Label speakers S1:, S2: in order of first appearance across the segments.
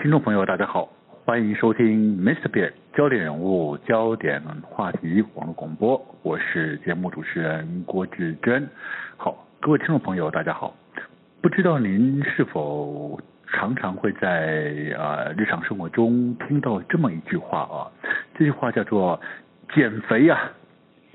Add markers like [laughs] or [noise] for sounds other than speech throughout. S1: 听众朋友，大家好，欢迎收听 Mr. Bear 焦点人物、焦点话题网络广播，我是节目主持人郭志珍。好，各位听众朋友，大家好。不知道您是否常常会在呃日常生活中听到这么一句话啊？这句话叫做“减肥呀、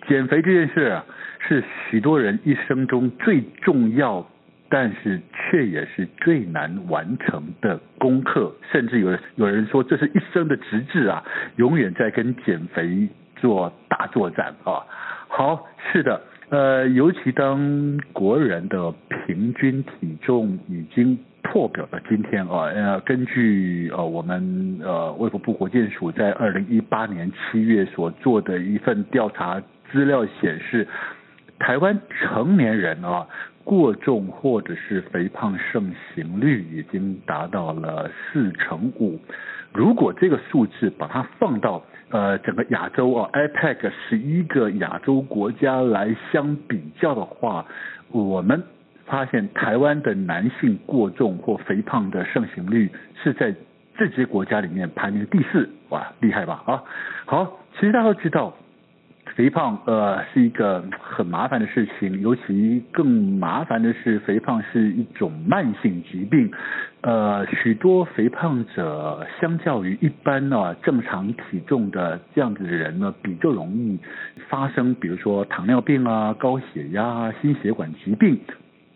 S1: 减肥这件事啊是许多人一生中最重要，但是却也是最难完成的功课。甚至有人有人说，这是一生的直至啊，永远在跟减肥做大作战啊。好，是的，呃，尤其当国人的平均体重已经破表的今天啊，呃，根据呃我们呃卫福部国健署在二零一八年七月所做的一份调查资料显示，台湾成年人啊过重或者是肥胖盛行率已经达到了四成五。如果这个数字把它放到呃整个亚洲啊 IPAC 十一个亚洲国家来相比较的话，我们发现台湾的男性过重或肥胖的盛行率是在这些国家里面排名第四，哇，厉害吧啊！好，其实大家都知道，肥胖呃是一个很麻烦的事情，尤其更麻烦的是，肥胖是一种慢性疾病。呃，许多肥胖者相较于一般呢、正常体重的这样子的人呢，比较容易发生比如说糖尿病啊、高血压啊、心血管疾病、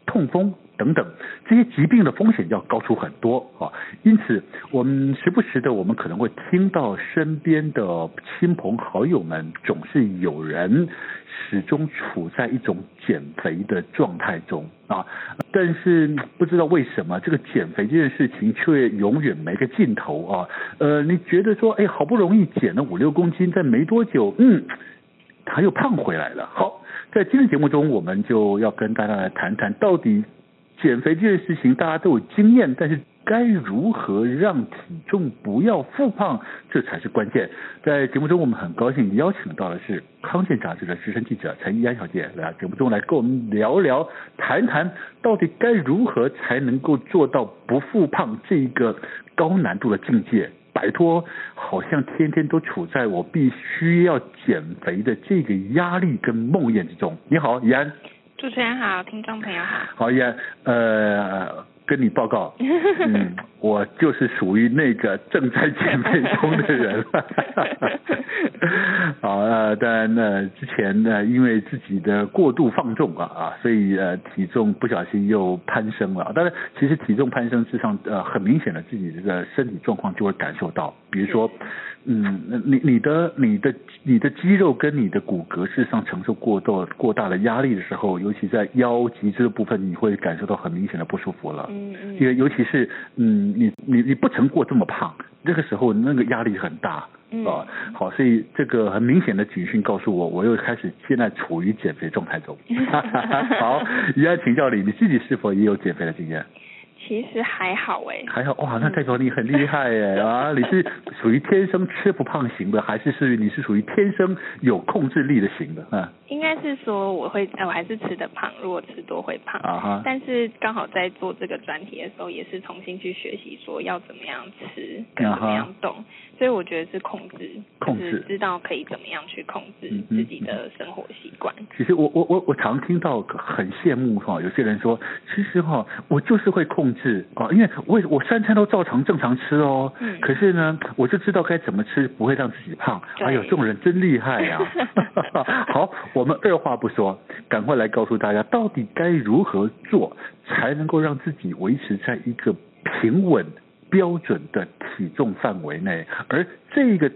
S1: 痛风等等，这些疾病的风险要高出很多啊。因此，我们时不时的，我们可能会听到身边的亲朋好友们总是有人始终处在一种减肥的状态中啊。但是嗯不知道为什么，这个减肥这件事情却永远没个尽头啊。呃，你觉得说，哎，好不容易减了五六公斤，但没多久，嗯。他又胖回来了。好，在今天节目中，我们就要跟大家来谈谈，到底减肥这件事情大家都有经验，但是该如何让体重不要复胖，这才是关键。在节目中，我们很高兴邀请到的是《康健》杂志的资深记者陈怡安小姐来节目中来跟我们聊聊，谈谈到底该如何才能够做到不复胖这一个高难度的境界。摆脱好像天天都处在我必须要减肥的这个压力跟梦魇之中。你好，怡安，
S2: 主持人好，听众朋友好。
S1: 好，怡安，呃，跟你报告，嗯，我就是属于那个正在减肥中的人。好，呃，当然呢，之前呢，因为自己的过度放纵啊啊，所以呃，体重不小心又攀升了。当然，其实体重攀升之上，呃，很明显的自己这个身体状况就会感受到，比如说，嗯，你你的你的你的肌肉跟你的骨骼事实上承受过多过大的压力的时候，尤其在腰脊椎的部分，你会感受到很明显的不舒服了。
S2: [laughs] 嗯
S1: 因
S2: 嗯
S1: 为尤其是嗯，你你你不曾过这么胖，那个时候那个压力很大。
S2: 嗯
S1: 啊，好，所以这个很明显的警讯告诉我，我又开始现在处于减肥状态中。好，也要请教你，你自己是否也有减肥的经验？
S2: 其实还好欸诶，
S1: 还好哇，那代表你很厉害耶啊！你是属于天生吃不胖型的，还是是你是属于天生有控制力的型的？嗯
S2: 应该是说我会，呃我还是吃的胖，如果吃多会胖。
S1: 啊哈，
S2: 但是刚好在做这个专题的时候，也是重新去学习说要怎么样吃，跟
S1: 啊
S2: 怎
S1: 哈
S2: 么样动，所以我觉得是控制，
S1: 控
S2: 就
S1: 制
S2: 是知道可以怎么样去控制
S1: 嗯哼嗯
S2: 自己的生活习惯。
S1: 其实我我我我常听到很羡慕哈、有些人说，其实哈、我就是会控制啊，因为我我三餐都照常正常吃哦，
S2: 嗯
S1: 可是呢，我就知道该怎么吃不会让自己胖。
S2: 对
S1: 哎呦，这种人真厉害呀、好，我们二话不说，赶快来告诉大家，到底该如何做才能够让自己维持在一个平稳标准的体重范围内，而这个。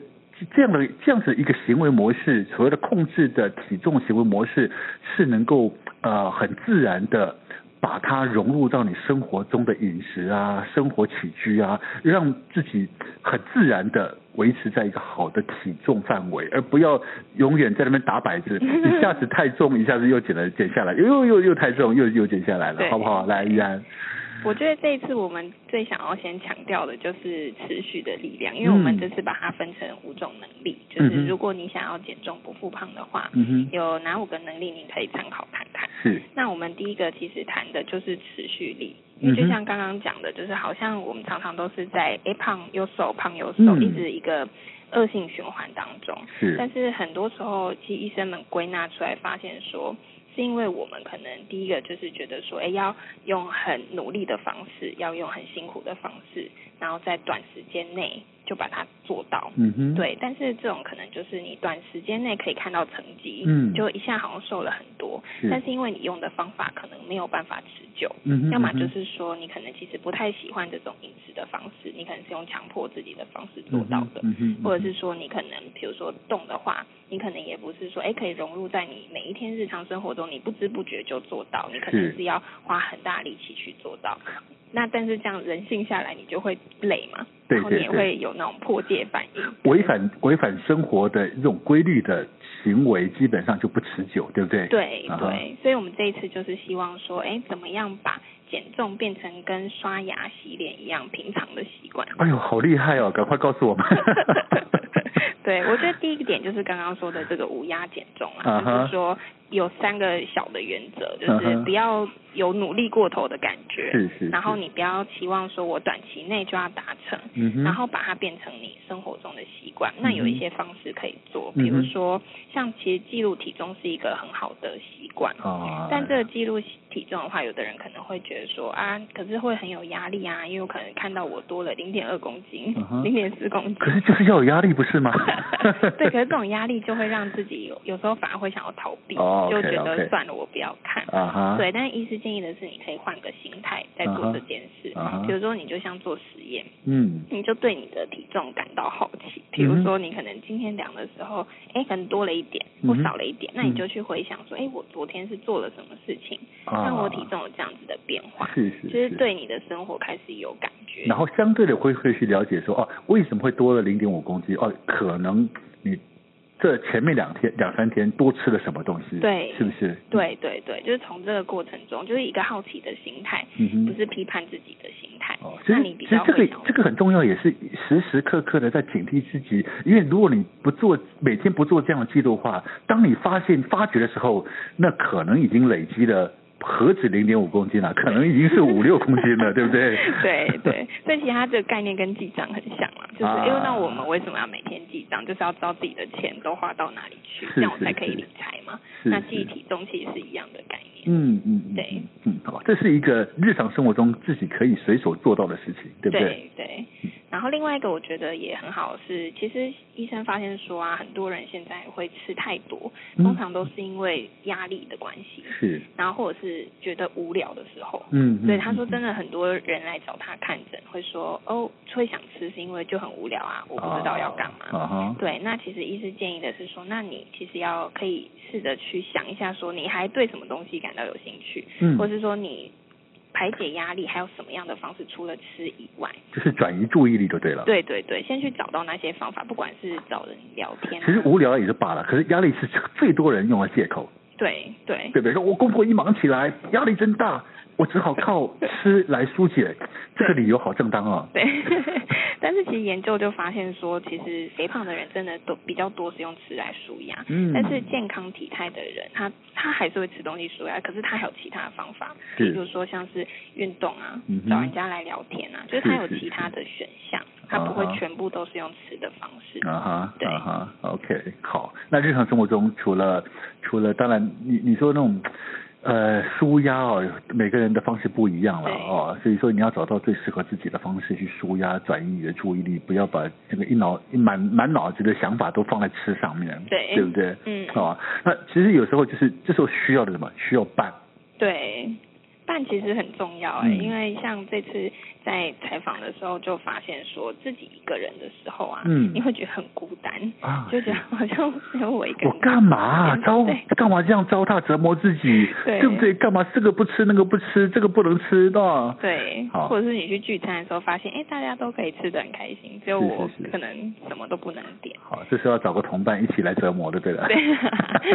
S1: 这样的这样子一个行为模式，所谓的控制的体重行为模式，是能够呃很自然的把它融入到你生活中的饮食啊、生活起居啊，让自己很自然的维持在一个好的体重范围，而不要永远在那边打摆
S2: [laughs]
S1: 子，一下子太重，一下子又减了减下来，又又又又太重，又又减下来了，
S2: 对
S1: 好不好？来，依然，
S2: 我觉得这一次我们最想要先强调的就是持续的力量，因为我们这次把它分成五种能力，就
S1: 嗯哼
S2: 是如果你想要减重不复胖的话，
S1: 嗯哼，
S2: 有哪五个能力你可以参考看看。
S1: 是，
S2: 那我们第一个其实谈的就是持续力，因
S1: 嗯
S2: 为就
S1: 哼
S2: 像刚刚讲的，就是好像我们常常都是在诶胖又瘦，胖又瘦，
S1: 嗯
S2: 一直一个恶性循环当中。但
S1: 是，
S2: 是很多时候，其实医生们归纳出来发现说，是因为我们可能第一个就是觉得说，哎，要用很努力的方式，要用很辛苦的方式，然后在短时间内就把它做到。
S1: 嗯哼，，
S2: 对，但是这种可能就是你短时间内可以看到成绩，
S1: 嗯
S2: 就一下好像瘦了很多，但
S1: 是，
S2: 是因为你用的方法可能没有办法持久，
S1: 嗯哼，
S2: 要么就
S1: 嗯哼
S2: 是说你可能其实不太喜欢这种饮食的方式，你可能是用强迫自己的方式做到的，
S1: 嗯哼，
S2: 或者
S1: 嗯
S2: 是说你可能比如说动的话，你可能也不是说哎可以融入在你每一天日常生活中，你不知不觉就做到，你可
S1: 是
S2: 能是要花很大力气去做到。那但是这样人性下来，你就会累嘛，
S1: 哼对
S2: 然后你
S1: 对
S2: 也
S1: 对，
S2: 会有那种破戒反应。
S1: 违反违反生活的这种规律的行为，基本上就不持久，对不对？，
S2: 对
S1: 啊哈
S2: 对，所以我们这一次就是希望说，哎，怎么样把减重变成跟刷牙、洗脸一样平常的习
S1: [laughs]
S2: 惯？
S1: 哎呦，好厉害哦！赶快告诉我们。
S2: [laughs] 对，我觉得第一个点就是刚刚说的这个无压减重
S1: 啊
S2: 啊，
S1: 哈
S2: 就是说有三个小的原则，就
S1: 嗯
S2: 是
S1: 哼
S2: 不要有努力过头的感觉，
S1: 是是，
S2: 然后
S1: 是，
S2: 你不要期望说我短期内就要达成，
S1: 嗯哼，
S2: 然后把它变成你生活中的习惯。那有
S1: 嗯哼
S2: 一些方式可以做，
S1: 嗯哼
S2: 比如说像其实记录体重是一个很好的习惯。
S1: 啊，
S2: 但这个记录体重的话，有的人可能会觉得说啊，可是会很有压力啊，因为我可能看到我多了零点二公斤
S1: 嗯哼、
S2: 零点四公斤，？
S1: 可是就是要有压力，不是吗
S2: [laughs]
S1: [laughs]
S2: 对，可是这种压力就会让自己有有时候反而会想要逃避，
S1: 哦
S2: 就
S1: ，OK，
S2: 觉
S1: OK
S2: 得算了，我不要看。
S1: [laughs] 啊哈，
S2: 对，但是医师建议的是，你可以换个心态在
S1: 嗯哼
S2: 做这件事。
S1: 啊哈
S2: 比，如说，你就像做实验，
S1: 嗯，
S2: 你就对你的体重感到好奇。比如说，你可能今天量的时候，哎、可能多了一点或
S1: 嗯哼
S2: 少了一点，那你就去回想说，哎、我昨天是做了什么事情，
S1: 啊，
S2: 让我体重有这样子的变化，
S1: 是是
S2: 就是对你的生活开始有感觉。
S1: 然后相对的会会去了解说，哦，为什么会多了零点五公斤？哦，可能你这前面两天两三天多吃了什么东西？
S2: 对
S1: 是不是？，
S2: 对对对，就是从这个过程中，就是一个好奇的心态，
S1: 嗯
S2: 不
S1: 哼。
S2: 是批判自己的心态。
S1: 哦，其
S2: 那
S1: 实
S2: 你比
S1: 其实
S2: 较
S1: 这
S2: 会
S1: 个
S2: 想要
S1: 这个很重要，也是时时刻刻的在警惕自己，因为如果你不做每天不做这样的记录的话，当你发现发觉的时候，那可能已经累积了何止零点五公
S2: [laughs]
S1: 斤了，可能已经是五六公斤了，对不对？
S2: [laughs] 对对，所以其实它这个概念跟记账很像嘛，就是
S1: 啊
S2: 因为那我们为什么要每天记账，就是要知道自己的钱都花到哪里去，
S1: 是
S2: 这样我
S1: 是
S2: 才可以
S1: 是
S2: 理财嘛。
S1: [laughs] 是
S2: 那
S1: 是
S2: 记忆体重其实是一样的概念。
S1: 嗯嗯，嗯
S2: 对，
S1: 嗯，好，这是一个日常生活中自己可以随手做到的事情，对不对？
S2: 对对然后另外一个我觉得也很好是，其实医生发现说啊，很多人现在会吃太多，
S1: 嗯
S2: 通常都是因为压力的关系，
S1: 是，
S2: 然后或者是觉得无聊的时候。
S1: 嗯，嗯
S2: 对，他说真
S1: 嗯
S2: 的很多人来找他看诊，会说哦，会想吃是因为就很无聊啊，我不知道要干
S1: 啊
S2: 嘛。
S1: 啊哈，
S2: 对，那其实医师建议的是说，那你其实要可以试着去想一下，说你还对什么东西感到有兴趣，
S1: 嗯，
S2: 或是说你排解压力还有什么样的方式，除了吃以外，
S1: 就是转移注意力就对了。，
S2: 对对对，先去找到那些方法，不管是找人聊天、
S1: 其实
S2: 啊，
S1: 无聊也就罢了，可是压力是最多人用的借口，
S2: 对对
S1: 对不对？说我工作一忙起来，压力真大，我只好
S2: [laughs]
S1: 靠吃来疏解，这个理由好正当啊。
S2: 对， [laughs] 但是其实研究就发现说，其实肥胖的人真的都比较多是用吃来舒压。
S1: 嗯，
S2: 但是健康体态的人，他他还是会吃东西舒压，可是他还有其他的方法，比
S1: 是
S2: 如说像是运动啊
S1: 嗯哼，
S2: 找人家来聊天啊，就是
S1: 是
S2: 他有
S1: 是
S2: 其他的选项，
S1: 啊
S2: 他不会
S1: 哈
S2: 全部都是用吃的方式。
S1: 啊哈，
S2: 对
S1: 啊哈，OK，好。那日常生活中除了除了，当然你你说那种呃舒压哦，每个人的方式不一样了
S2: 对
S1: 哦，所以说你要找到最适合自己的方式去舒压，转移你的注意力，不要把这个一脑一满满脑子的想法都放在吃上面，
S2: 对
S1: 对不对？
S2: 嗯，
S1: 哦，那其实有时候就是这时候需要的什么？需要伴，
S2: 对，但其实很重要哎、
S1: 嗯
S2: 因为像这次在采访的时候就发现说，自己一个人的时候啊，
S1: 嗯
S2: 你会觉得很孤单，
S1: 啊
S2: 就觉得好像只有我一个人。
S1: 我干嘛啊糟 [laughs]
S2: 对
S1: 干嘛这样糟蹋折磨自己，
S2: 对
S1: 对不对？干嘛这个不吃那个不吃，这个不能吃的。对
S2: 对，
S1: 好
S2: 或者是你去聚餐的时候发现，哎，大家都可以吃的很开心，只有
S1: 是是
S2: 我
S1: 是
S2: 可能什么都不能点。
S1: 好，这时候要找个同伴一起来折磨，对不 [laughs] 对了？
S2: 对，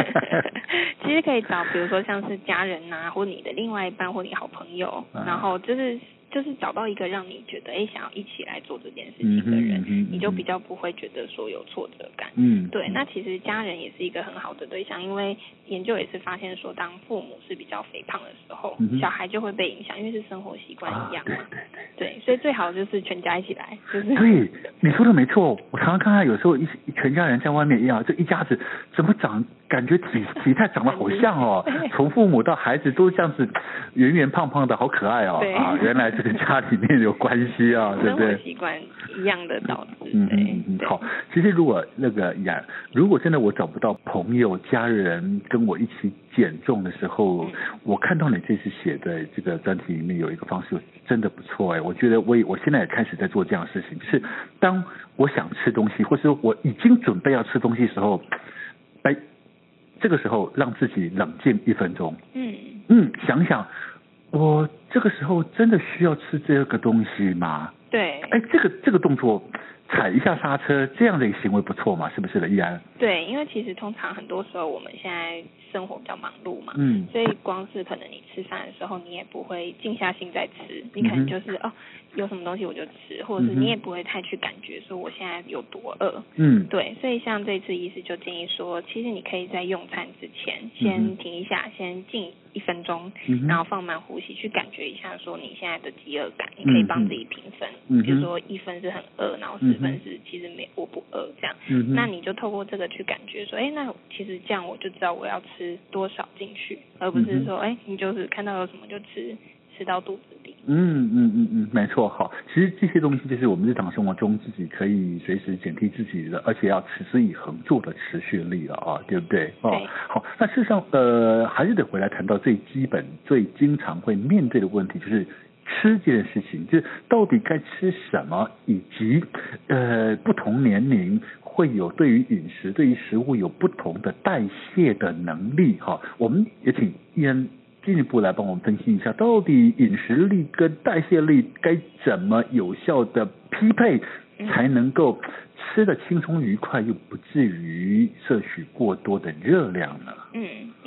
S2: [laughs] 其啊实可以找，比如说像是家人呐、或你的另外一半，或你好朋友，
S1: 嗯
S2: 然后就是就是找到一个让你觉得哎想要一起来做这件事情的人，
S1: 嗯哼嗯哼
S2: 你就比较不会觉得说有挫折感。
S1: 嗯，
S2: 对，那其实家人也是一个很好的对象，因为研究也是发现说，当父母是比较肥胖的时候，
S1: 嗯哼
S2: 小孩就会被影响，因为是生活习惯
S1: 啊
S2: 一样，
S1: 对
S2: 嘛。
S1: 对对。
S2: 对，所以最好就是全家一起来，就是
S1: 对，你说的没错。我常常看到有时候一一全家人在外面一样，就一家子怎么长，感觉体体态长得好像哦
S2: [laughs] 对，
S1: 从父母到孩子都这样子圆圆胖胖的，好可爱哦
S2: 对
S1: 啊！原来这个家里面有关系啊，对
S2: [laughs] 生
S1: 不
S2: 活
S1: 对？
S2: 习惯一样的导致。
S1: 嗯嗯
S2: 对
S1: 嗯，
S2: 对
S1: 嗯，好。其实如果那个呀，如果真的我找不到朋友、家人跟我一起减重的时候，
S2: 嗯
S1: 我看到你这次写的这个专题里面有一个方式真的不错哎，我觉得我也我现在也开始在做这样的事情，就是当我想吃东西，或是我已经准备要吃东西的时候，哎，这个时候让自己冷静一分钟，
S2: 嗯，
S1: 嗯，想想我这个时候真的需要吃这个东西吗？
S2: 对
S1: 哎，这个这个动作踩一下刹车，这样的一个行为不错嘛，是不是的，依然？
S2: 对，因为其实通常很多时候我们现在生活比较忙碌嘛，
S1: 嗯
S2: 所以光是可能你吃饭的时候，你也不会静下心再吃，你可能
S1: 嗯哼
S2: 就是、哦，有什么东西我就吃，或者是
S1: 嗯哼
S2: 你也不会太去感觉说我现在有多饿。
S1: 嗯，
S2: 对，所以像这次医师就建议说，其实你可以在用餐之前
S1: 嗯哼
S2: 先停一下，先静一分钟，
S1: 嗯哼
S2: 然后放慢呼吸，去感觉一下说你现在的饥饿感，你可以帮自己评分，
S1: 嗯哼
S2: 比如说一分是很饿，然后十分是其实没我不饿这样。
S1: 嗯哼
S2: 那你就透过这个去感觉说，哎，那其实这样我就知道我要吃多少进去，而不
S1: 嗯哼
S2: 是说，哎，你就是看到有什么就吃，吃到肚子里。
S1: 嗯嗯嗯嗯，没错，好，其实这些东西就是我们日常生活中自己可以随时警惕自己的，而且要持之以恒做的持续力了啊，对不对？哦
S2: 对，
S1: 好，那事实上，呃，还是得回来谈到最基本、最经常会面对的问题，就是吃这件事情，就是到底该吃什么，以及呃不同年龄会有对于饮食、对于食物有不同的代谢的能力哈、我们也请伊恩进一步来帮我们分析一下，到底饮食力跟代谢力该怎么有效的匹配，
S2: 嗯
S1: 才能够吃的轻松愉快，又不至于摄取过多的热量呢？
S2: 嗯，